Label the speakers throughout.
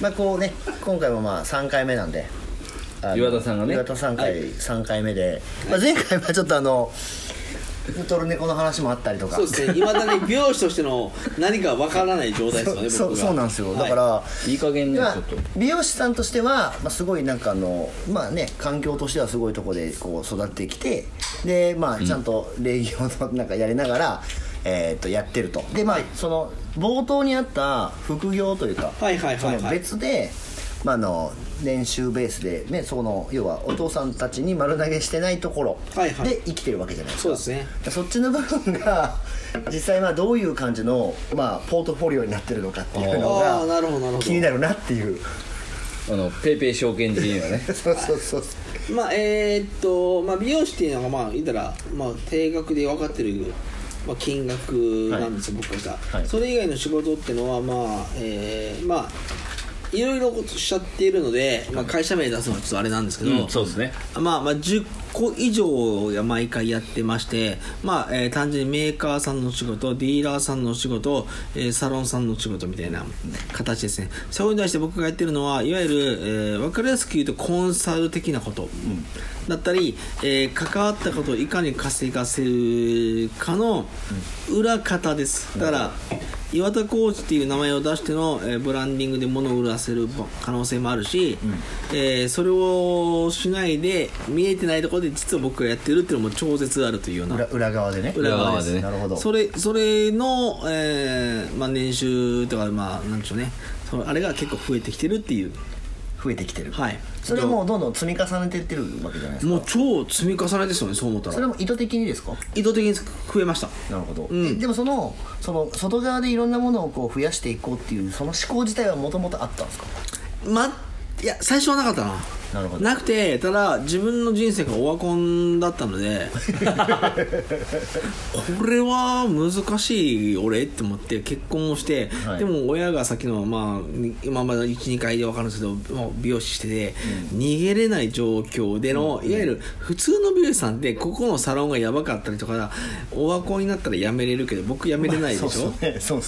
Speaker 1: まあこうね今回もまあ3回目なんであの
Speaker 2: 岩田さんがね
Speaker 1: 岩田さん回、
Speaker 2: は
Speaker 1: 3回目で、まあ、前回はちょっとあのトルネコの話もあったりとか
Speaker 3: そうですねいまだに美容師としての何かわからない状態ですよね
Speaker 1: そう
Speaker 3: 僕が
Speaker 1: そうなんですよ、
Speaker 3: はい
Speaker 1: だから、
Speaker 2: いい加減ね
Speaker 1: まあ
Speaker 2: ちょっと
Speaker 1: 美容師さんとしては、まあ、すごいなんかあのまあね環境としてはすごいとこでこう育ってきてでまあちゃんと礼儀をなんかやりながら、えー、とやってるとでまあその冒頭にあった副業というか、
Speaker 3: はいはいはいはい
Speaker 1: その別で、まあ、あの練習ベースで、ね、その要はお父さんたちに丸投げしてないところ
Speaker 3: はいはい
Speaker 1: で生きてるわけじゃないですか、
Speaker 3: そうですね
Speaker 1: そっちの部分が実際まあどういう感じの、まあ、ポートフォリオになってるのかっていうの
Speaker 3: あーなるほど
Speaker 1: が
Speaker 3: なるほど
Speaker 1: 気になるなっていう
Speaker 2: あのペイペイ証券人はね
Speaker 1: そうそうそう
Speaker 3: まあえーっと、まあ、美容師っていうのがまあ言ったら、まあ、定額で分かってる、まあ、金額なんですよ、僕からしたら、
Speaker 1: はい
Speaker 3: それ以外の仕事ってのはまあえー、まあいろいろおっしゃっているので、まあ、会社名出すのはちょっとあれなんですけど、
Speaker 2: うですね
Speaker 3: まあまあ、10個以上が毎回やってまして、まあえー単純にメーカーさんの仕事ディーラーさんの仕事、えーサロンさんの仕事みたいな形ですねそこに対して僕がやってるのはいわゆる、えー分かりやすく言うとコンサル的なこと、だったり、えー関わったことをいかに稼がせるかの裏方ですだから岩田コーチっていう名前を出しての、えーブランディングで物を売らせる可能性もあるし、えーそれをしないで見えてないところで実は僕がやってるっていうのも超絶あるというような
Speaker 1: 裏裏側でね
Speaker 3: 裏側です
Speaker 2: 裏側でね
Speaker 1: なるほど
Speaker 3: それそれの、えーまあ、年収とか、まあ、なんでしょうねそのあれが結構増えてきてるっていう
Speaker 1: 増えてきてる、
Speaker 3: はい
Speaker 1: それはもうどんどん積み重ねてってるわけじゃないですか
Speaker 3: もう超積み重ねですよねそう思った
Speaker 1: それ
Speaker 3: ら
Speaker 1: も意図的にですか
Speaker 3: 意図的に増えました
Speaker 1: なるほど、
Speaker 3: ん
Speaker 1: えでもそのその外側でいろんなものをこう増やしていこうっていうその思考自体はもともとあったんですか
Speaker 3: まいや最初はなかったな
Speaker 1: なるほど
Speaker 3: なくてただ自分の人生がオワコンだった のでこれは難しい俺って思って結婚をして、
Speaker 1: はい
Speaker 3: でも親がさっきの、まあ、今まで12回で分かるんですけどもう美容師してて、逃げれない状況での、いわゆる普通の美容師さんってここのサロンがやばかったりとかオワコンになったら辞めれるけど僕辞めれないでしょ、
Speaker 1: そうですねそうで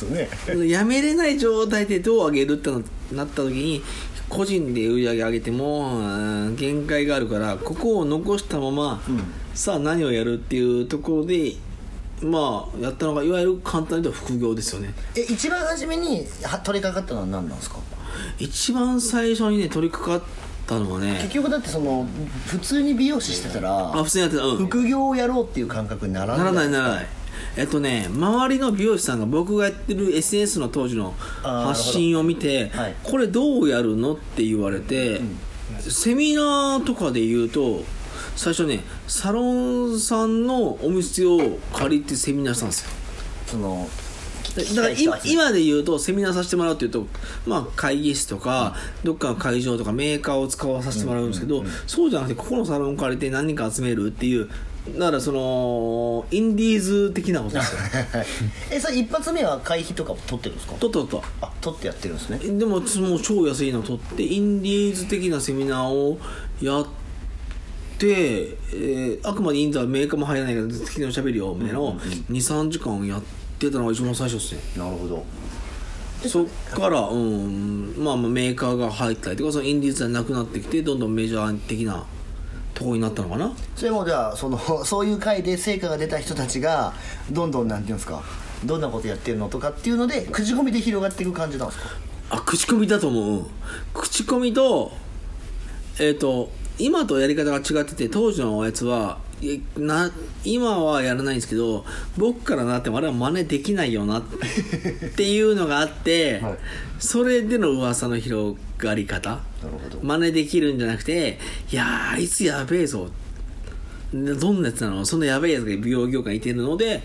Speaker 1: すね
Speaker 3: やめれない状態でどう上げるってなった時に個人で売り上げ上げてもうん限界があるからここを残したまま、さあ何をやるっていうところでまあやったのがいわゆる簡単に言うと副業ですよね
Speaker 1: え一番初めには取り掛かったのは何なんですか
Speaker 3: 一番最初にね取り掛かったのはね
Speaker 1: 結局だってその普通に美容師してたら
Speaker 3: あ普通にやってたうん
Speaker 1: 副業をやろうっていう感覚にならない
Speaker 3: ならないならないえっとね周りの美容師さんが僕がやってる SNS の当時の
Speaker 1: あー
Speaker 3: 発信を見て、
Speaker 1: はい
Speaker 3: これどうやるのって言われて、セミナーとかで言うと最初ねサロンさんのお店を借りてセミナーしたんですよ
Speaker 1: その
Speaker 3: だだから今今で言うとセミナーさせてもらうっていうと、まあ、会議室とか、どっかの会場とかメーカーを使わさせてもらうんですけど、そうじゃなくてここのサロン借りて何人か集めるっていうだからそのインディーズ的なこと ですよ
Speaker 1: えそれ一発目は会費とかも取ってるんですか
Speaker 3: とっとっと
Speaker 1: あ取ってやってるんですね
Speaker 3: でもその超安いの取ってインディーズ的なセミナーをやって、えーあくまでインドはメーカーも入らないから好きなの喋るよみたいなのを23時間やってたのが一番最初ですね
Speaker 1: なるほど
Speaker 3: そっから、うんまあ、まあメーカーが入ったりとかそのインディーズじゃなくなってきてどんどんメジャー的なとこになったのかな
Speaker 1: それもじゃあその そういう会で成果が出た人たちがどんどんなんていうんですかどんなことやってるのとかっていうので口コミで広がっていく感じなんですか
Speaker 3: あ口コミだと思ううん口コミとえっ、と今とやり方が違ってて当時のやつはいな今はやらないんですけど僕からなってもあれは真似できないよなっていうのがあって、
Speaker 1: はい
Speaker 3: それでの噂の広がり方
Speaker 1: なるほど
Speaker 3: 真似できるんじゃなくていやーあいつやべえぞどんなやつなのそんなやべえやつが美容業界にいてるので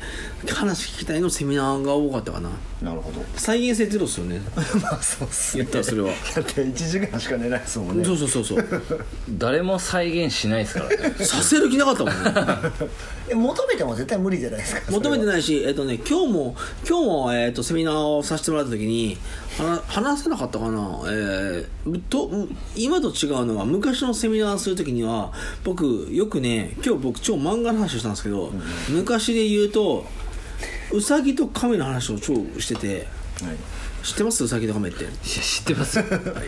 Speaker 3: 話聞きたいのセミナーが多かったかな
Speaker 1: なるほど
Speaker 3: 再現性ゼロですよね
Speaker 1: まあそうっす
Speaker 3: 言ったらそれは
Speaker 1: だって1時間しか寝ないですもんね
Speaker 3: そうそうそうそう。
Speaker 2: 誰も再現しないですからね
Speaker 3: させる気なかったもん、ね。
Speaker 1: え求めても絶対無理じゃないですか
Speaker 3: 求めてないし、えっとね、今日も、今日も、えっと、セミナーをさせてもらった時に、話話せなかったかな、えー、と、今と違うのは、昔のセミナーする時には、僕、よくね、今日僕、超漫画の話をしたんですけど、昔で言うと、ウサギと亀の話を超してて、
Speaker 1: はい
Speaker 3: 知ってます酒の亀って
Speaker 2: 知ってますよ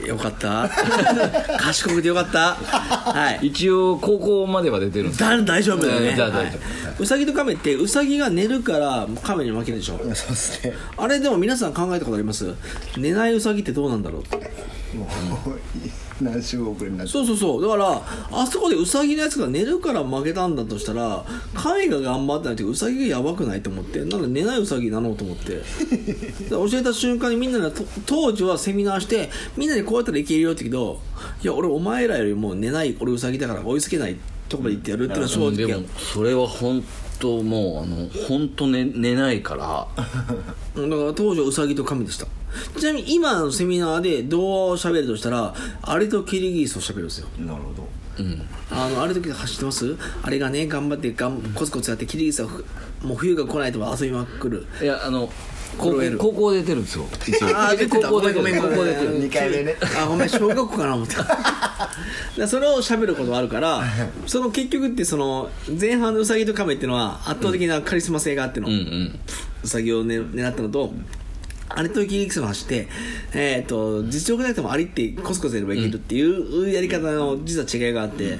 Speaker 3: よかった 賢くてよかったはい
Speaker 2: 一応高校までは出てるんですよ
Speaker 3: だ大丈夫だよね、
Speaker 2: うんだ
Speaker 3: は
Speaker 2: 大
Speaker 3: い
Speaker 2: 丈
Speaker 3: うさぎと亀ってうさぎが寝るから亀に負けるでしょ
Speaker 1: そうですね
Speaker 3: あれでも皆さん考えたことあります寝ないうさぎってどうなんだろうって
Speaker 1: もう何週遅れになっちゃ
Speaker 3: そうそうそうだからあそこでうさぎのやつが寝るから負けたんだとしたら亀が頑張ってないとうさぎがやばくないと思ってなんか寝ないうさぎなのと思ってで教えた瞬間にみんながと当時はセミナーしてみんなにこうやったらいけるよって言うけどいや俺お前らよりも寝ない俺うさぎだから追いつけないとこまで行ってやるっていうのは正
Speaker 2: うんで
Speaker 3: 直や
Speaker 2: もそれは本当もうあの本当寝寝ないから
Speaker 3: うんだから当時はウサギと亀でしたちなみに今のセミナーで童話を喋るとしたらあれとキリギリスを喋るんですよ
Speaker 1: うなるほど
Speaker 2: うん
Speaker 3: あのあれだけ走ってますあれがね頑張ってがんコツコツやってキリギリスはふもう冬が来ないと遊びまくる
Speaker 2: いやあの高
Speaker 3: 震え
Speaker 2: 校
Speaker 3: る
Speaker 2: 高校出てるんですよ一応
Speaker 3: あー出てた
Speaker 2: 高校出
Speaker 3: ご
Speaker 2: て
Speaker 3: め
Speaker 2: る
Speaker 3: んご
Speaker 2: 高
Speaker 3: めん
Speaker 2: 校
Speaker 3: ごめ
Speaker 2: 出てる
Speaker 3: ん
Speaker 1: 2回目ね
Speaker 3: あごめん小学校かな思っただからそれを喋ることあるからその結局ってその前半のウサギと亀っていうのは圧倒的なカリスマ性があっての、
Speaker 2: うんうん
Speaker 3: ウサギを、ね、狙ったのと、あれとキリギリスを走って、えー、と実力なくてもありってコツコツやればいけるっていうやり方の実は違いがあって、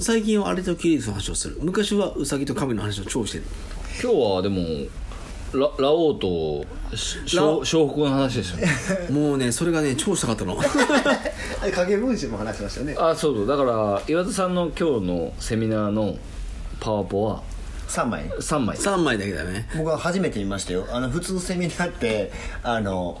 Speaker 3: 最近はあれとキリギリスの話をする昔はウサギとカメの話を超してる
Speaker 2: 今日はでもララオウと小北の話でしたね
Speaker 3: もうねそれがね超したかったの
Speaker 1: あれ影分身も話しましたよね
Speaker 2: あそうそうだから岩田さんの今日のセミナーのパワポは
Speaker 1: 3枚
Speaker 2: 3枚
Speaker 3: 3枚だけだね
Speaker 1: 僕は初めて見ましたよあの普通セミナーってあの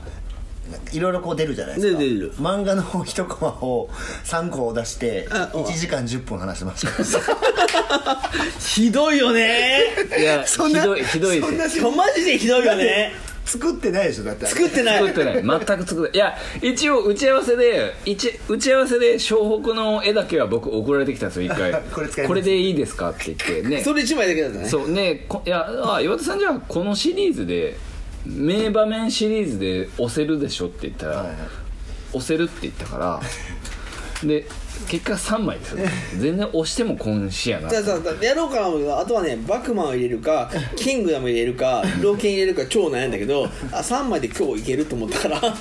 Speaker 1: いろいろこう出るじゃないですか
Speaker 3: 出る出る
Speaker 1: 漫画の1コマを3個出して
Speaker 3: あお
Speaker 1: 1時間10分話してました
Speaker 3: ひどいよね
Speaker 2: いや
Speaker 1: そんな
Speaker 2: ひどいひどいです
Speaker 1: そん
Speaker 2: よ
Speaker 1: な
Speaker 3: マジでひどいよね
Speaker 1: 作ってないでしょだってあれ
Speaker 3: 作ってない
Speaker 2: 作ってない全く作ってないいや一応打ち合わせで一打ち合わせで湘北の絵だけは僕送られてきたんですよ一回
Speaker 1: これ使います
Speaker 2: でいいですかって言ってね
Speaker 3: それ1枚だけだったね
Speaker 2: そうねこいやあ岩田さんじゃあこのシリーズで名場面シリーズで押せるでしょって言ったら、
Speaker 1: はいはい
Speaker 2: 押せるって言ったからで結果3枚ですよ全然押しても今週やな
Speaker 3: じゃあさやろうかなと思うけどあとはねバクマンを入れるか キングダム入れるか老犬入れるか超悩んだけどあ3枚で今日いけると思ったから
Speaker 2: で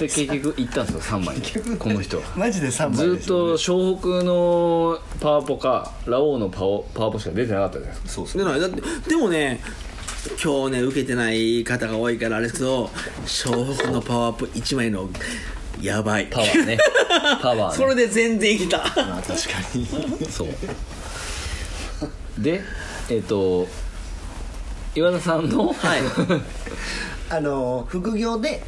Speaker 2: 結局行ったんですよ3枚この人は
Speaker 1: マジで3枚
Speaker 2: ず
Speaker 1: で
Speaker 2: っ
Speaker 1: しょ
Speaker 2: と湘北のパワポかラオウのパオパワポしか出てなかったじゃないですか
Speaker 1: そうそう
Speaker 3: でないだってでもね今日ね受けてない方が多いからあれですけど湘北のパワーアップ1枚のやばい
Speaker 2: パワ ーねパワ
Speaker 3: そ
Speaker 2: ー
Speaker 3: れ
Speaker 2: ね
Speaker 3: で全然いけた
Speaker 1: まあ確かに
Speaker 2: そうでえっ、と岩田さんの、
Speaker 3: はい
Speaker 1: あの副業で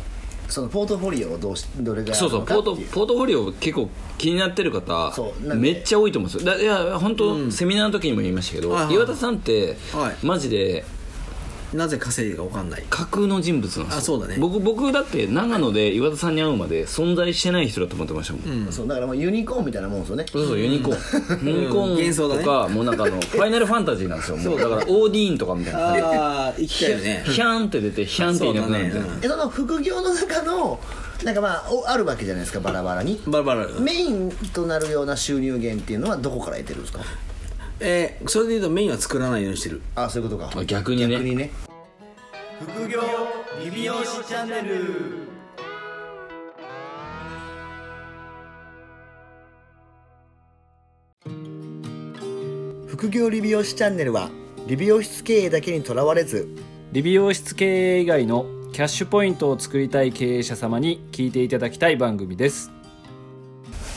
Speaker 1: そのポートフォリオをどうしどれぐらいあ
Speaker 2: そう
Speaker 1: る
Speaker 2: そう
Speaker 1: の
Speaker 2: ポ
Speaker 1: か
Speaker 2: ー
Speaker 1: ってい
Speaker 2: トポートフォリオ結構気になってる方
Speaker 1: そうなんで
Speaker 2: めっちゃ多いと思うんですよだいや本当、セミナーの時にも言いましたけど、
Speaker 3: はいはい
Speaker 2: 岩田さんって、
Speaker 3: はい
Speaker 2: マジで
Speaker 3: なぜ稼いでか分かんない
Speaker 2: 架空の人物なんですよ
Speaker 3: あそうだね
Speaker 2: 僕僕だって長野で岩田さんに会うまで存在してない人だと思ってましたもん、
Speaker 1: そうだからもうユニコーンみたいなもんですよね
Speaker 2: そうそうユニコーン、ユニコ
Speaker 3: うん幻想
Speaker 2: ー
Speaker 3: だ
Speaker 2: ン
Speaker 3: ね
Speaker 2: とか、もうなんかあのファイナルファンタジーなんですよもうだからオーディーンとかみたいな感じ
Speaker 3: ああ生きたよね
Speaker 2: ヒャンって出てヒャンっていなくなるみたい
Speaker 3: そうだ
Speaker 2: な、
Speaker 1: えその副業の中のなんかまあおあるわけじゃないですかバラバラに
Speaker 3: バラバラ
Speaker 1: メインとなるような収入源っていうのはどこから得てるんですか
Speaker 3: えーそれで言うとメインは作らないようにしてる
Speaker 1: あそういうことか
Speaker 2: あ逆にね
Speaker 1: 逆にね副業理美容師チャンネル副業理美容師チャンネルは理美容室経営だけにとらわれず
Speaker 4: 理美容室経営以外のキャッシュポイントを作りたい経営者様に聞いていただきたい番組です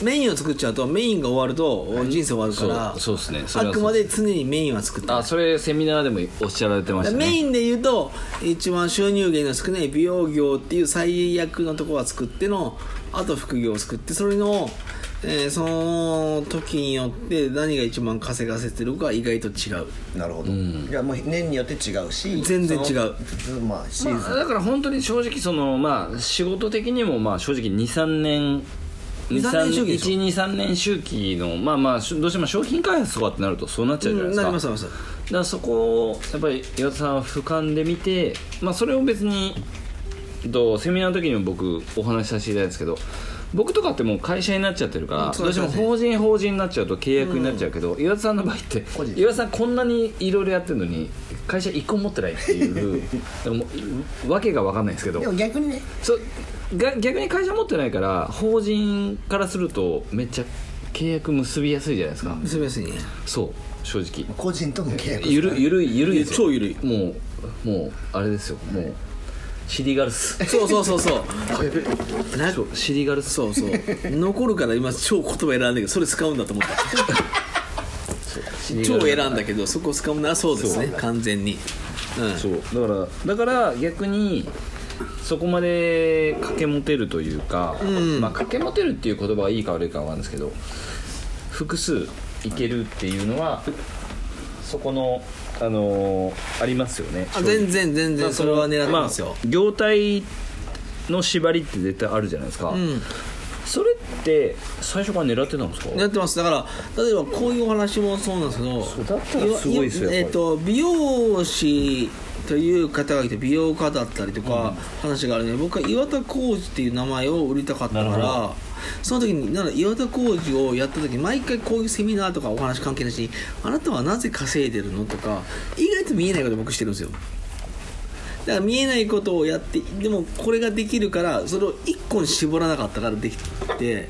Speaker 3: メインを作っちゃうとメインが終わると人生終わるから
Speaker 2: そうそうっすねそれ
Speaker 3: あ
Speaker 2: は
Speaker 3: く
Speaker 2: そう
Speaker 3: ま
Speaker 2: っす
Speaker 3: で常にメインは作ってる
Speaker 2: あそれセミナーでもおっしゃられてましたね
Speaker 3: メインで言うと一番収入源の少ない美容業っていう最悪のとこは作ってのあと副業を作ってそれの、えーその時によって何が一番稼がせてるか意外と違う
Speaker 1: なるほど、いやもう年によって違うし
Speaker 3: 全然違う
Speaker 1: そのまあシーズン、
Speaker 2: まあ、だから本当に正直そのまあ仕事的にもまあ正直23年
Speaker 3: 23年周期でしょ
Speaker 2: 123年周期のまあまあしどうしても商品開発とかってなるとそうなっちゃうじゃないです
Speaker 3: な
Speaker 2: か、
Speaker 3: ります
Speaker 2: だ
Speaker 3: な
Speaker 2: か
Speaker 3: ります
Speaker 2: らそこをやっぱり岩田さんは俯瞰で見て、まあ、それを別にえっとセミナーの時にも僕お話しさせていただいたんですけど僕とかってもう会社になっちゃってるから、
Speaker 3: うん
Speaker 2: ど
Speaker 3: そう
Speaker 2: う
Speaker 3: で
Speaker 2: して
Speaker 3: す
Speaker 2: も法人法人になっちゃうと契約になっちゃうけど、岩田さんの場合って
Speaker 1: 個人
Speaker 2: 岩田さんこんなにいろいろやってるのに会社一個も持ってないっていう だからもうわけが分かんないんですけど
Speaker 1: でも逆にね
Speaker 2: そうが逆に会社持ってないから法人からするとめっちゃ契約結びやすいじゃないですか、
Speaker 3: 結びやすいね
Speaker 2: そう正直
Speaker 1: 個人との契約
Speaker 2: ゆるゆるいゆるいですよ
Speaker 3: 超ゆるい
Speaker 2: もうもうあれですよもうシリガルス
Speaker 3: そうそうそうそう 何
Speaker 2: そうシリガルス
Speaker 3: そうそう残るから今超言葉選んだけどそれ使うんだと思った超選んだけどそこ使うならそうですね完全にうん
Speaker 2: そうだからだから逆にそこまで掛け持てるというか、
Speaker 3: ん
Speaker 2: まあ掛け持てるっていう言葉がいいか悪いかわかんないですけど複数いけるっていうのはそこのあのーありますよね
Speaker 3: あ全然全
Speaker 2: ま
Speaker 3: 然
Speaker 2: あ
Speaker 3: それは狙ってますよ
Speaker 2: まあ業態の縛りって絶対あるじゃないですか、
Speaker 3: うん
Speaker 2: それって最初から狙ってたんですか
Speaker 3: やってますだから例えばこういうお話もそうなんですけど
Speaker 2: そうだったらすごいですよ
Speaker 3: わ
Speaker 2: やっ
Speaker 3: え
Speaker 2: ぱり
Speaker 3: ー、と美容師という方がいて美容家だったりとか話があるね、僕は岩田浩二っていう名前を売りたかったか
Speaker 2: なるほ
Speaker 3: らその時になんか岩田浩二をやった時毎回こういうセミナーとかお話関係なしにあなたはなぜ稼いでるのとか意外と見えないこと僕してるんですよだから見えないことをやってでもこれができるからそれを1個に絞らなかったからできて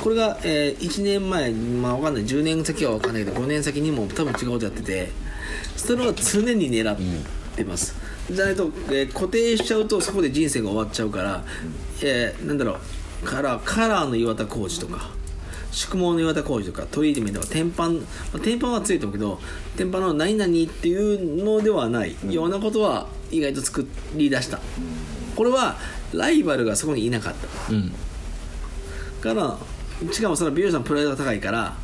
Speaker 3: これが、え1年前まあわかんない10年先は分かんないけど5年先にも多分違うことやっててそれは常に狙ってます、じゃないと、えー固定しちゃうとそこで人生が終わっちゃうから、えーなんだろうカラーカラーの岩田浩二とか宿毛の岩田浩二とかトリートメントとか天板、まあ、天板はついてるけど天板の何々っていうのではないようなことは意外と作り出した、これはライバルがそこにいなかった
Speaker 2: うん
Speaker 3: からしかもその美容師さんのプライドが高いから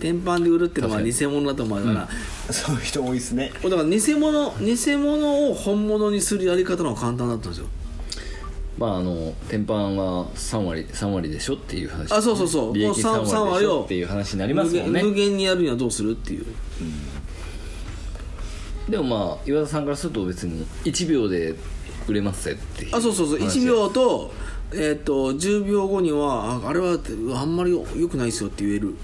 Speaker 3: 天板で売るっていうのは偽物だと思うから、
Speaker 1: そういう人多いですね
Speaker 3: だから偽物偽物を本物にするやり方の方が簡単だったんですよ
Speaker 2: まああの天板は3割三割でしょっていう話
Speaker 3: あそうそうそう
Speaker 2: 利益
Speaker 3: もう
Speaker 2: 3割
Speaker 3: 三
Speaker 2: でし
Speaker 3: 三割
Speaker 2: ょ
Speaker 3: を
Speaker 2: っていう話になりますもんね
Speaker 3: 無限無限にやるにはどうするっていう
Speaker 2: でもまあ岩田さんからすると別に1秒で売れますぜってい
Speaker 3: あそうそうそう
Speaker 2: 話
Speaker 3: 1秒と,、えー、と10秒後にはああれはあんまり良くないですよって言える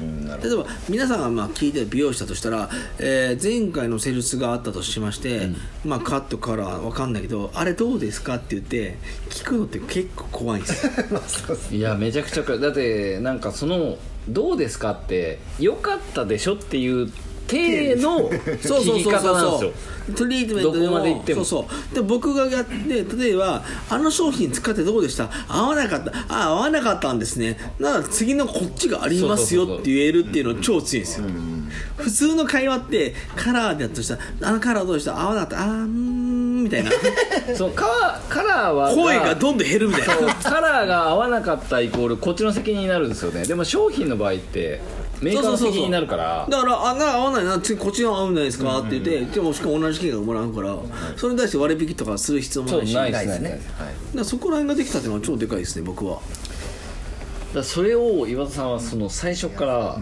Speaker 1: うんなる
Speaker 3: 例えば皆さんがまあ聞いてる美容師だとしたら、えー前回のセールスがあったとしまして、まあ、カットカラーわかんないけどあれどうですかって言って聞くのって結構怖いんですよ
Speaker 1: ほどそうっす
Speaker 2: いやめちゃくちゃかだってなんかその「どうですか?」って「よかったでしょ?」っていう体の
Speaker 3: そうそう
Speaker 2: 切り
Speaker 3: そう
Speaker 2: 方なん
Speaker 3: そ
Speaker 2: で
Speaker 3: う
Speaker 2: すよ
Speaker 3: トリートメントで
Speaker 2: どこまで行
Speaker 3: も
Speaker 2: っても
Speaker 3: そうそうで僕がやって例えばあの商品使ってどうでした合わなかったあ合わなかったんですねなら次のこっちがありますよって言えるっていうの超強いんですよ普通の会話ってカラーだとしたらあのカラーどうでした合わなかったあーうーん みたいな
Speaker 2: そうカラーカラーは
Speaker 3: 声がどんどん減るみたいな
Speaker 2: そうカラーが合わなかったイコールこっちの責任になるんですよねでも商品の場合ってメーカーの責任になるから
Speaker 3: だからあな合わないな次こっちの合うんじゃないですかって言って、でもしかも同じ金額もらうから、それに対して割引とかする必要もないし
Speaker 2: そうな
Speaker 3: だ
Speaker 2: い
Speaker 3: か
Speaker 1: ないですね
Speaker 2: ないです
Speaker 1: はい
Speaker 3: らそこら辺ができたっていうのは超でかいですね僕は
Speaker 2: だからそれを岩田さんはその最初から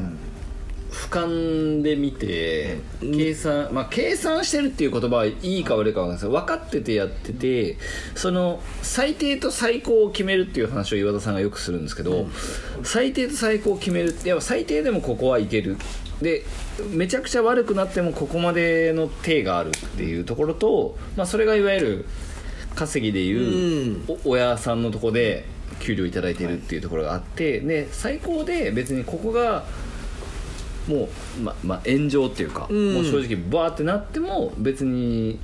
Speaker 2: 俯瞰で見て計算まあ計算してるっていう言葉はいいか悪いか分かんないですけど分かっててやっててその最低と最高を決めるっていう話を岩田さんがよくするんですけど最低と最高を決めるっていや最低でもここはいけるでめちゃくちゃ悪くなってもここまでの手があるっていうところとまあそれがいわゆる稼ぎでいうお親さんのとこで給料いただいてるっていうところがあって、で最高で別にここがもう、ままあ、炎上っていうか、
Speaker 3: ん
Speaker 2: もう正直バーってなっても別に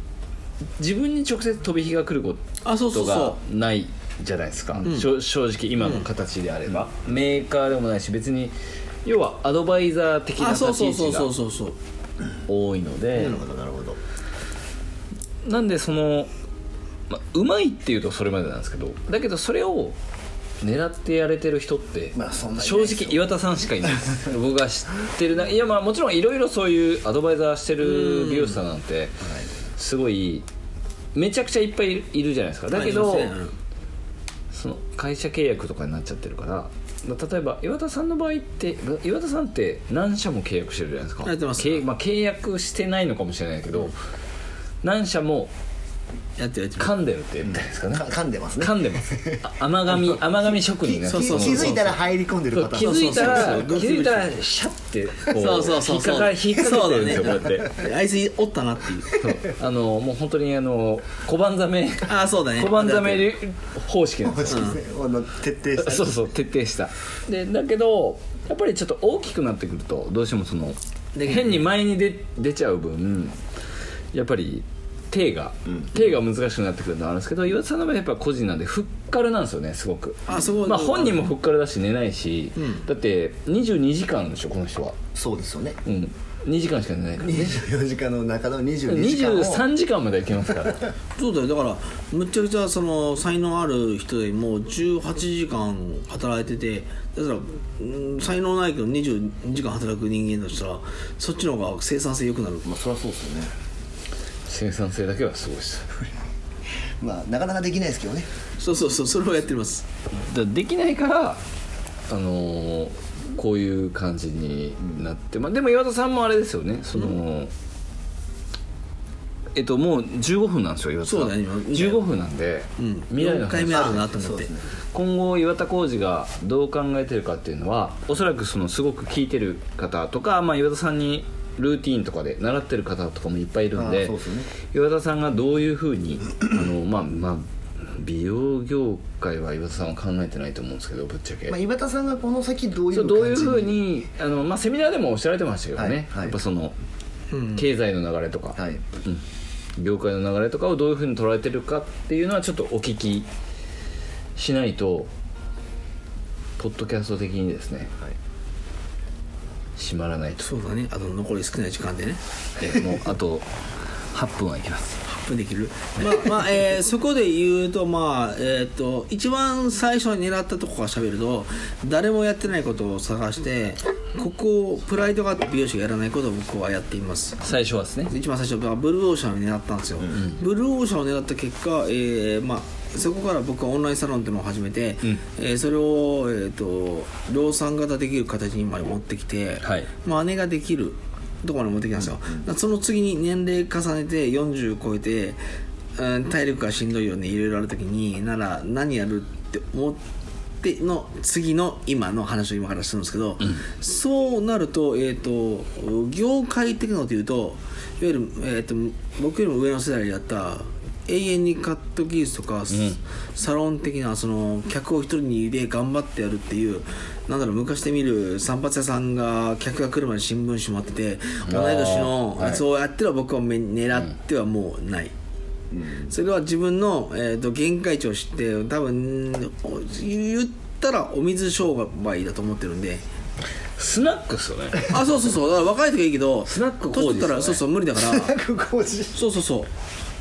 Speaker 2: 自分に直接飛び火が来るこ
Speaker 3: あそう
Speaker 2: と
Speaker 3: そうそう
Speaker 2: がないじゃないですか、しょ正直今の形であれば、メーカーでもないし別に要はアドバイザー的な
Speaker 3: あそう
Speaker 2: 立ち
Speaker 3: そ
Speaker 2: 位置
Speaker 3: うそう
Speaker 2: が
Speaker 3: そうそうそう
Speaker 2: 多いの
Speaker 1: な
Speaker 2: で。
Speaker 1: るほどなるほど
Speaker 2: なんでその、まあ、うまいっていうとそれまでなんですけどだけどそれを狙ってやれてる人って、
Speaker 1: まあそんなにいない
Speaker 2: 正
Speaker 1: ですよ
Speaker 2: 直岩田さんしかいないです僕が知ってるないやまあもちろんいろいろそういうアドバイザーしてる美容師さんなんてすごいめちゃくちゃいっぱいいるいるじゃないですかだけど、
Speaker 3: ありますね
Speaker 2: その会社契約とかになっちゃってるから例えば岩田さんの場合って岩田さんって何社も契約してるじゃないですか
Speaker 3: やってます
Speaker 2: 契,、まあ、契約してないのかもしれないけど何社も
Speaker 3: やってるやってる
Speaker 2: 噛んでるって言ったんですかね
Speaker 1: か噛んでますね
Speaker 2: 噛んで ますあ甘髪甘髪職人が
Speaker 3: そうそう
Speaker 1: 気づいたら入り込んでるパターン
Speaker 2: 気づいたら
Speaker 3: そうそうそう
Speaker 2: 気づいたらシャッてこ
Speaker 3: そうそうそう
Speaker 2: 引っかか引っかかってるんですよこう
Speaker 3: そ
Speaker 2: や
Speaker 3: うだね
Speaker 2: って
Speaker 3: あいつおったなっていう
Speaker 2: あのもう本当にあの小判ザメ
Speaker 3: ああそうだ ね
Speaker 2: 小判ザメ方式なんですよ
Speaker 1: あの徹底して
Speaker 2: そうそう徹底したでだけどやっぱりちょっと大きくなってくるとどうしてもその
Speaker 3: で
Speaker 2: 変に前に出出ちゃう分やっぱり手が、手が難しくなってくるのはあるんですけど岩田さんの場合やっぱ個人なんでふっからなんですよねすごく
Speaker 3: あすごい
Speaker 2: まあ、本人もふっからだし寝ないし、だって22時間でしょこの人は
Speaker 1: そうですよね
Speaker 2: うん2時間しか寝ないからね
Speaker 1: 24時間の中の22時間を
Speaker 2: 23時間まで行けますから
Speaker 3: そうだよだからむっちゃくちゃその才能ある人でもう18時間働いててだから、うん、才能ないけど20時間働く人間だとしたらそっちの方が生産性良くなる
Speaker 1: まあそりゃそうですよね
Speaker 2: 生産性だけはすごいです
Speaker 1: まあなかなかできないですけどね
Speaker 3: そうそうそうそれをやってます
Speaker 2: だできないからあのーこういう感じになって、まあ、でも岩田さんもあれですよねその、えっともう15分なんですよ岩田さん
Speaker 3: そうだね今
Speaker 2: 15分なんで、
Speaker 3: うん
Speaker 2: 未来の
Speaker 3: 4回
Speaker 2: 話
Speaker 3: 目あるなと思
Speaker 1: そう
Speaker 3: って
Speaker 1: ですね
Speaker 2: 今後岩田浩二がどう考えてるかっていうのはおそらくそのすごく聞いてる方とか、まあ、岩田さんにルーティーンとかで習ってる方とかもいっぱいいるん
Speaker 1: あ
Speaker 2: で
Speaker 1: あそうですね
Speaker 2: 岩田さんがどういうふうにあの、まあまあ、美容業界は岩田さんは考えてないと思うんですけどぶっちゃけ。
Speaker 1: まあ岩田さんがこの先どうい
Speaker 2: そううどういう
Speaker 1: 感じ
Speaker 2: ふうにあの、まあ、セミナーでもおっしゃられてましたけどね、
Speaker 1: はいはい
Speaker 2: やっぱその、
Speaker 3: うん
Speaker 2: 経済の流れとか、
Speaker 1: はい
Speaker 2: うん業界の流れとかをどういうふうに捉えてるかっていうのはちょっとお聞きしないとポッドキャスト的にですね、
Speaker 1: はい
Speaker 2: 締まらないと
Speaker 3: そうだねあと残り少ない時間でね
Speaker 2: えもうあと8分はいき ます
Speaker 3: 8分できるまあ、まあえーそこで言うとまあえっ、と一番最初に狙ったとこから喋ると誰もやってないことを探してここをプライドがあって美容師がやらないことを僕はやっています
Speaker 2: 最初はですね
Speaker 3: 一番最初はブルーオーシャンを狙ったんですよ、ブルーオーシャンを狙った結果、えーまあ、そこから僕はオンラインサロンっていうのを始めて、えーそれを、えー、と量産型できる形にまで持ってきて、
Speaker 2: はい
Speaker 3: まあ、姉ができるところまで持ってきたんですよ、だからその次に年齢重ねて40超えて、うん、体力がしんどいよねいろいろある時になら何やるって思っての次の今の話を今からするんですけど、そうなると,、えー、と業界的なこと言うといわゆる、えー、と僕よりも上の世代でやった永遠にカット技術とか、サロン的なその客を一人に入れ頑張ってやるっていうなんだろう昔で見る散髪屋さんが客が来るまで新聞紙もあってて同い年のやつをやっては僕はめ狙ってはもうない。それは自分の、えー、と限界値を知って多分お言ったらお水商売だと思ってるんで
Speaker 2: スナックっすよね
Speaker 3: あそうそうそうだから若い時はいいけど
Speaker 2: スナック工事
Speaker 3: 年取ったら、
Speaker 2: です
Speaker 3: そう
Speaker 2: よね
Speaker 3: そう無理だから
Speaker 1: 工事
Speaker 3: そうそうそう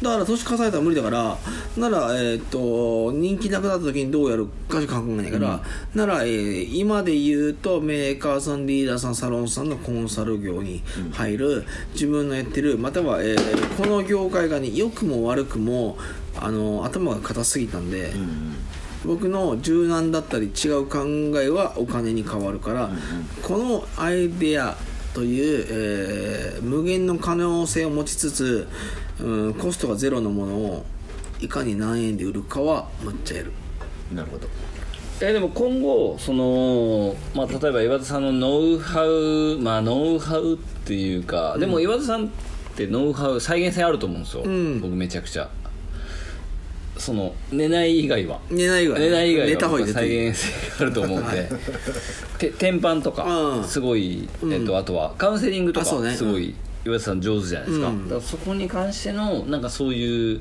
Speaker 3: だから年重ねたら無理だからならえっ、と人気なくなった時にどうやるかしか考えないから、なら、えー今で言うとメーカーさんリーダーさんサロンさんのコンサル業に入る、自分のやってるまたは、えーこの業界がね良くも悪くもあの頭が硬すぎたんで、僕の柔軟だったり違う考えはお金に変わるから、このアイデアという、えー無限の可能性を持ちつつ、うん、コストがゼロのものをいかに何円で売るかはむっちゃやる
Speaker 1: なるほど
Speaker 2: えでも今後その、まあ、例えば岩田さんのノウハウまあノウハウっていうかでも岩田さんってノウハウ再現性あると思うんですよ、
Speaker 3: ん
Speaker 2: 僕めちゃくちゃその寝ない以外は
Speaker 3: 寝ない以外
Speaker 2: 寝ない以外は
Speaker 3: 寝た方がいい絶対
Speaker 2: 再現性があると思うんで、 て天板と
Speaker 3: う
Speaker 2: か
Speaker 3: ん
Speaker 2: すごい、えっと、あとはカウンセリングとか
Speaker 3: あそうね
Speaker 2: すごい岩田さん上手じゃないですか,、
Speaker 3: うん
Speaker 2: だからそこに関してのなんかそういう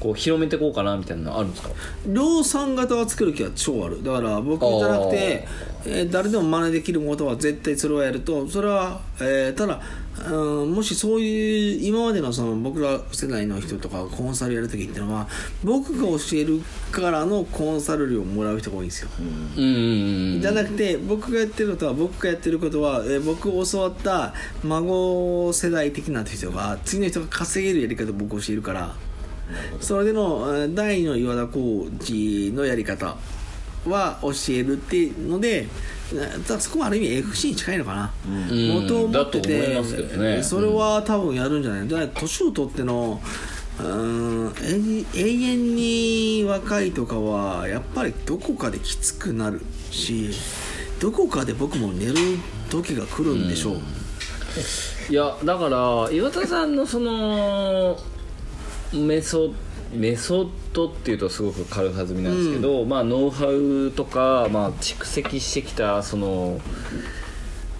Speaker 2: こう広めていこうかなみたいなのあるんですか
Speaker 3: 量産型は作る気は超あるだから僕じゃなくて、えー誰でも真似できることは絶対それはやるとそれは、えーただ、うん、もしそういう今までのその僕ら世代の人とかコンサルやるときっていうのは僕が教えるからのコンサル料をもらう人が多いんですよ、
Speaker 2: うんうんうん
Speaker 3: じゃなくて僕がやってることは僕がやってることは、えー僕を教わった孫世代的な人が次の人が稼げるやり方を僕教えるからそれでのえー第二の岩田浩二のやり方は教えるっていうのでえーただそこもある意味 FC に近いのかな、
Speaker 2: ん
Speaker 3: 元を持って
Speaker 2: だと
Speaker 3: て
Speaker 2: 思いますけどね
Speaker 3: それは多分やるんじゃないだから年を取ってのうーん永永遠に若いとかはやっぱりどこかできつくなるしどこかで僕も寝る時が来るんでしょう、
Speaker 2: いやだから岩田さんのそのメソメソッドっていうとすごく軽はずみなんですけど、まあノウハウとか、まあ、蓄積してきたその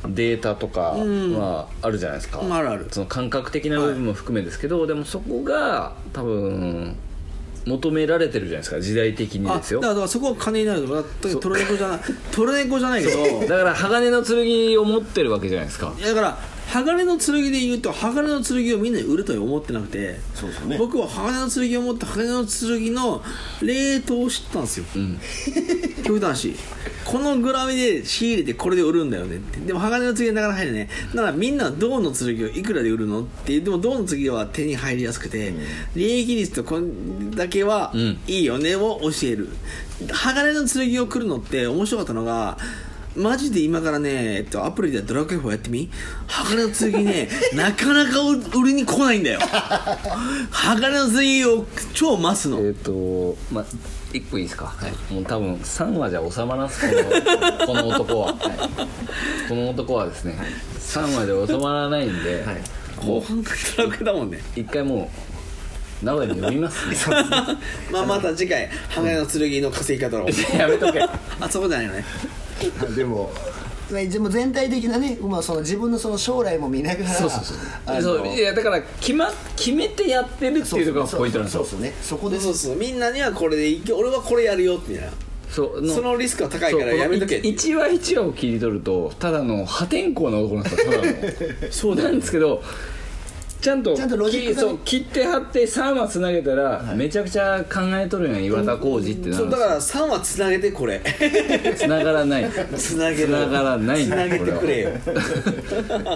Speaker 2: データとかはあるじゃないですか、
Speaker 3: あるある
Speaker 2: その感覚的な部分も含めですけど、でもそこが多分求められてるじゃないですか時代的に
Speaker 3: あ
Speaker 2: ですよ
Speaker 3: だからだからそこは金になるだからトロネコじゃないトロネコじゃないけど
Speaker 2: だから鋼の剣を持ってるわけじゃないですか
Speaker 3: だから鋼の剣で言うと鋼の剣をみんなに売るとは思ってなくて
Speaker 1: そうですよね
Speaker 3: 僕は鋼の剣を持って鋼の剣の冷凍を知ったんですよ、極端しこのグラミで仕入れてこれで売るんだよねってでも鋼の剣なかなか入らないねならみんな銅の剣をいくらで売るのってでも銅の剣は手に入りやすくて、利益率とこんだけは
Speaker 2: ん
Speaker 3: いいよねを教える、鋼の剣を来るのって面白かったのがマジで今からね、えっと、アプリでドラクエ4やってみ鋼の剣ねなかなか売りに来ないんだよ鋼の剣を超増すの
Speaker 2: えっ、とまあ1個いいですか、もう多分3話じゃ収まらんすこの この男は、この男はですね3話で収まらないんで、
Speaker 3: 後半がドラクエだもんね
Speaker 2: 一回もう名古屋に呼びま すね
Speaker 3: まあまた次回鋼の剣の稼ぎ方を
Speaker 2: やめとけ
Speaker 3: あそこじゃないのね
Speaker 1: でもでも全体的なね、まあ、その自分のその将来も見ながらそうそう
Speaker 2: そういやだから決,、ま、決めてやってるっていうのがポイントなんですよ
Speaker 1: そうそうねそこ
Speaker 3: そう
Speaker 1: で
Speaker 3: そうそうみんなにはこれでいけ俺はこれやるよみたいな
Speaker 2: そう
Speaker 3: そのリスクは高いから
Speaker 2: そう
Speaker 3: やめとけっていう
Speaker 2: 一話一話を切り取るとただの破天荒な男なんですよただのそうなんですけどちゃんと
Speaker 1: ちゃんとロジックがね
Speaker 2: きそう切って貼って3話つなげたら、めちゃくちゃ考えとるやん岩田浩二ってな
Speaker 3: そ
Speaker 2: るん
Speaker 3: う
Speaker 2: で
Speaker 3: だから3はつなげてこれ
Speaker 2: すつながらない
Speaker 3: つなげる
Speaker 2: 繋がらない
Speaker 3: つなげてくれよ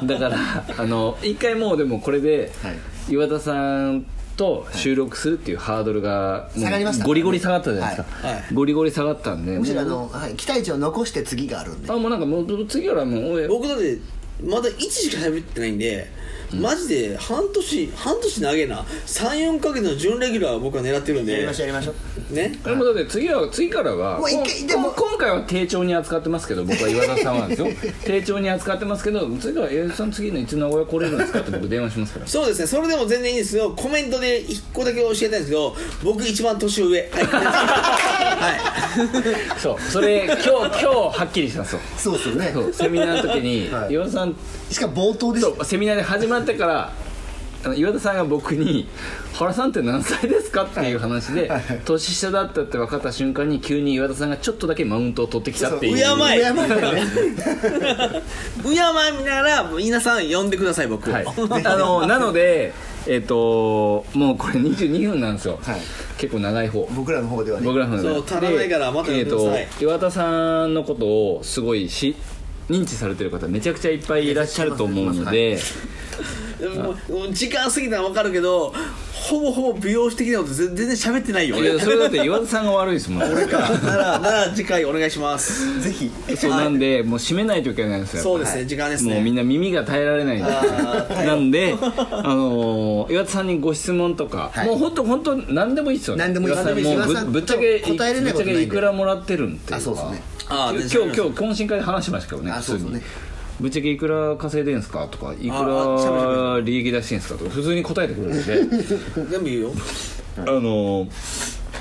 Speaker 2: だからあの一回もうでもこれで、
Speaker 1: はい
Speaker 2: 岩田さんと収録するっていうハードルがもう
Speaker 1: 下がりました
Speaker 2: ゴリゴリ下がったじゃないですか、
Speaker 3: はいはい
Speaker 2: ゴリゴリ下がったんで
Speaker 1: むしろあ
Speaker 2: もう
Speaker 1: の、はい、期待値を残して次があるんで
Speaker 2: あもうなんかもう次からもう
Speaker 3: 僕だってまだ1しか喋ってないんでマジで半年半年長えな34か月の準レギュラーを僕は狙ってるん
Speaker 1: やり
Speaker 3: で
Speaker 1: ましょうやりましょう
Speaker 3: ね
Speaker 2: でもだって次は次からは
Speaker 1: もう一回
Speaker 2: こん
Speaker 1: でも
Speaker 2: こん今回は丁重に扱ってますけど僕は岩田さん なんですよ丁重に扱ってますけど次から「えさん次のいつ名古屋来れるんですか?」って僕電話しますから
Speaker 3: そうですねそれでも全然いいんですけどコメントで1個だけ教えたいんですけど僕一番年上はい、はい
Speaker 2: そうそれ今日 今日はっきりしたんですよ
Speaker 1: そうですよね
Speaker 2: そうセミナーの時に、
Speaker 1: はい
Speaker 2: 岩田さん
Speaker 1: しかも冒頭です
Speaker 2: とセミナーで始まってからあの岩田さんが僕に「原さんって何歳ですか?」っていう話で、年下だったって分かった瞬間に急に岩田さんがちょっとだけマウントを取ってきたっていう
Speaker 1: 敬え
Speaker 3: 敬え
Speaker 1: だよね
Speaker 3: うやま見ながら皆さん呼んでください僕を、
Speaker 2: はい、 あのなので、えっともうこれ22分なんですよ、
Speaker 1: はい
Speaker 2: 結構長い方
Speaker 1: 僕らの方ではね
Speaker 2: 僕らの方で
Speaker 3: そう足らないからまた
Speaker 2: で
Speaker 3: や
Speaker 2: え
Speaker 3: っ
Speaker 2: って
Speaker 3: くだ
Speaker 2: と岩田
Speaker 3: さい
Speaker 2: さんのことをすごいし認知されてる方めちゃくちゃいっぱいいらっしゃると思うので、
Speaker 3: もうもう時間過ぎたのは分かるけどほぼほぼ美容師的なこと全全然喋ってないよ
Speaker 2: いやそれだって岩田さんが悪いですもん
Speaker 3: 俺かならなら次回お願いします
Speaker 1: ぜひ
Speaker 2: そうなんでもう締めないといけないんですよ
Speaker 3: そうですね時間です
Speaker 2: もうみん
Speaker 3: ね
Speaker 2: な耳が耐えられないんで
Speaker 3: あー
Speaker 2: なんで、あのー岩田さんにご質問とか、
Speaker 1: はい
Speaker 2: もう本当本当何でもいいっすよね
Speaker 1: 何でもいい
Speaker 2: 岩田さん
Speaker 1: 何でもいい
Speaker 2: もう
Speaker 1: 岩田さん
Speaker 2: ぶぶっちゃけ
Speaker 1: ちょっと答えれない
Speaker 2: ぶ
Speaker 1: こと
Speaker 2: っち
Speaker 1: ないん
Speaker 2: ゃ
Speaker 1: で
Speaker 2: けいくらもらってるんっていうか
Speaker 1: あそうですね
Speaker 3: あー
Speaker 2: 今
Speaker 3: 別
Speaker 2: 日
Speaker 3: に
Speaker 2: 今日懇親会で話しましたけどね
Speaker 1: あ
Speaker 2: 普
Speaker 1: そう
Speaker 2: 通
Speaker 1: です
Speaker 2: に、
Speaker 1: ね
Speaker 2: ぶっちゃけいくら稼いでんすかとかいく
Speaker 3: あーしゃべしゃ
Speaker 2: ら利益出してんすかとか普通に答えてくれるんで
Speaker 3: 全部言うよ
Speaker 2: あのー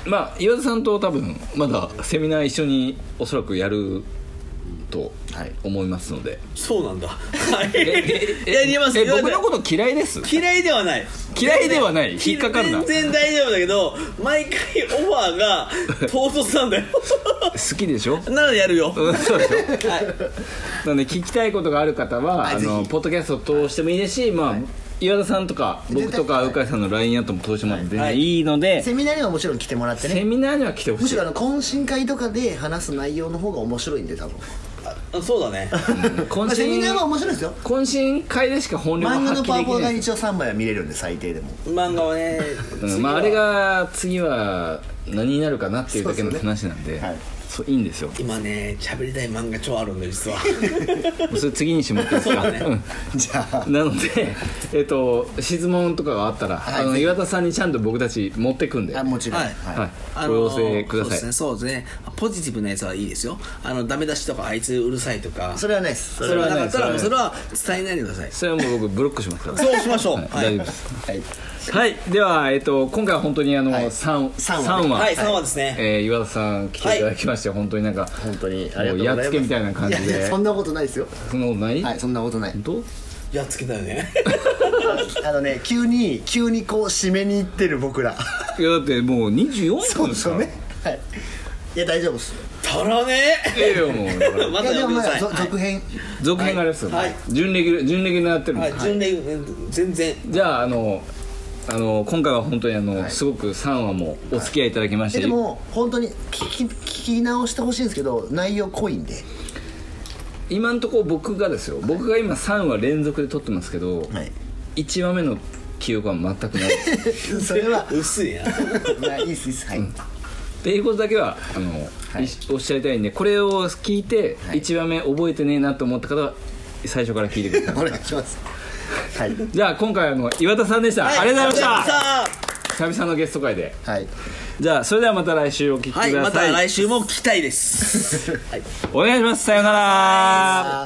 Speaker 2: まあ岩田さんと多分まだセミナー一緒におそらくやると思いますので、
Speaker 3: そうなんだはい
Speaker 2: え
Speaker 3: やります
Speaker 2: え
Speaker 3: よ
Speaker 2: 僕のこと嫌いです
Speaker 3: 嫌いではない
Speaker 2: 嫌いではない引っかかるな
Speaker 3: 全然大丈夫だけど毎回オファーが唐突なんだよ
Speaker 2: 好きでしょ
Speaker 3: ならやるよ
Speaker 2: うんそうでしょなので聞きたいことがある方は、あ
Speaker 1: ぜひ
Speaker 2: のポッドキャストを通してもいいですし、まあ岩田さんとか僕とか鵜飼さんの LINE アットも通してもらって全
Speaker 3: は
Speaker 2: 然
Speaker 3: い
Speaker 2: いいので、
Speaker 1: セミナーにはもちろん来てもらって
Speaker 2: セ
Speaker 1: ね
Speaker 2: ミナーには来てほ
Speaker 1: む
Speaker 2: し
Speaker 1: し
Speaker 2: い
Speaker 1: ろあの懇親会とかで話す内容の方が面白いんで多分
Speaker 3: あそうだね
Speaker 1: まあ
Speaker 2: 懇
Speaker 1: セミナーは
Speaker 2: 親
Speaker 1: 面白いですよ
Speaker 2: 懇親会でしか本領が
Speaker 1: 漫画
Speaker 2: 発
Speaker 1: の
Speaker 2: 揮
Speaker 1: パワ
Speaker 2: で
Speaker 1: ポ
Speaker 2: き
Speaker 1: が
Speaker 2: ない
Speaker 1: 一応3枚は見れるんで最低でも
Speaker 3: 漫画はね
Speaker 2: うんまああれが次は何になるかなっていうだけ
Speaker 1: そ
Speaker 2: の
Speaker 1: うです
Speaker 2: 話なんで
Speaker 1: はい
Speaker 2: そういいんですよ
Speaker 3: 今ね喋りたい漫画超あるんで実は
Speaker 2: もうそれ次にしてもらっていいですか、
Speaker 1: じゃあ
Speaker 2: うんなので、 えっと、質問とかがあったら、
Speaker 1: はい
Speaker 2: あの
Speaker 1: ぜひ
Speaker 2: 岩田さんにちゃんと僕たち持ってくんで、
Speaker 1: あ
Speaker 2: はい、
Speaker 1: もちろん、
Speaker 3: は い
Speaker 2: ご要請ください、
Speaker 3: そうですねそうですねポジティブなやつはいいですよあのダメ出しとかあいつうるさいとか
Speaker 1: それはないです
Speaker 3: それはなかったらもう
Speaker 2: そ
Speaker 3: そ
Speaker 2: れ
Speaker 3: れは伝えないでください
Speaker 2: それはもう僕ブロックします から
Speaker 3: そうしましょう
Speaker 2: はい
Speaker 3: は
Speaker 2: 大
Speaker 3: い
Speaker 2: 丈夫です
Speaker 1: はい
Speaker 2: はいでは、えっと、今回は本当にあの、
Speaker 1: はい
Speaker 2: 三
Speaker 1: 三話
Speaker 2: 三話
Speaker 3: はい3話ですね
Speaker 2: えー岩田さん来ていただきまして、本当になんか
Speaker 1: 本当にありがと
Speaker 2: も
Speaker 1: う
Speaker 2: う
Speaker 1: ござい
Speaker 2: やっ
Speaker 1: ます
Speaker 2: つけみたいな感
Speaker 1: いや
Speaker 2: じ
Speaker 1: いや
Speaker 2: で
Speaker 1: そんなことないですよ
Speaker 2: そんなことない、
Speaker 1: はいそんなことない
Speaker 2: 本当
Speaker 3: やっつけたよね
Speaker 1: あのね急に急にこう締めに行ってる僕ら
Speaker 2: いやだってもう24
Speaker 1: そう
Speaker 2: 分で
Speaker 1: ですす
Speaker 2: か
Speaker 1: よ
Speaker 2: ら
Speaker 1: ねはいいや大丈夫です
Speaker 3: 足らね
Speaker 2: ええよもうだから
Speaker 3: えま
Speaker 1: い
Speaker 3: た
Speaker 1: や
Speaker 3: や
Speaker 1: で
Speaker 3: め
Speaker 1: も
Speaker 3: てく
Speaker 1: ま
Speaker 3: だ
Speaker 1: あ
Speaker 3: さい
Speaker 1: ぞ続編
Speaker 2: 続編がありますよね、
Speaker 3: はい
Speaker 2: 準レギュ準レギュラーやってるんで、
Speaker 3: はいはい準レギュ全然
Speaker 2: じゃああのあの今回は本当にあの、すごく3話もお付き合いいただきまし
Speaker 1: え
Speaker 2: て、
Speaker 1: でも本当に聞き聞き直してほしいんですけど内容濃いんで
Speaker 2: 今のところ僕がですよ僕が今3話連続で撮ってますけど、
Speaker 1: はい
Speaker 2: 一1話目の記憶は全く ないです
Speaker 1: それは
Speaker 3: 薄いな
Speaker 1: まあいいですいいですはい、
Speaker 2: っていうことだけはあの、
Speaker 1: はい
Speaker 2: いおっしゃりたいんでこれを聞いて、
Speaker 1: い
Speaker 2: 1話目覚えてねえなと思った方は最初から聞いてください
Speaker 1: お願いしますはい
Speaker 2: じゃあ今回はあの岩田さんでした、ありがとうございました
Speaker 3: た
Speaker 2: 久々のゲスト会で
Speaker 1: はい
Speaker 2: じゃあそれではまた来週お聞きくだ
Speaker 3: は
Speaker 2: さい、
Speaker 3: いまた来週も聞きたいですはい
Speaker 2: お願いしますさようなら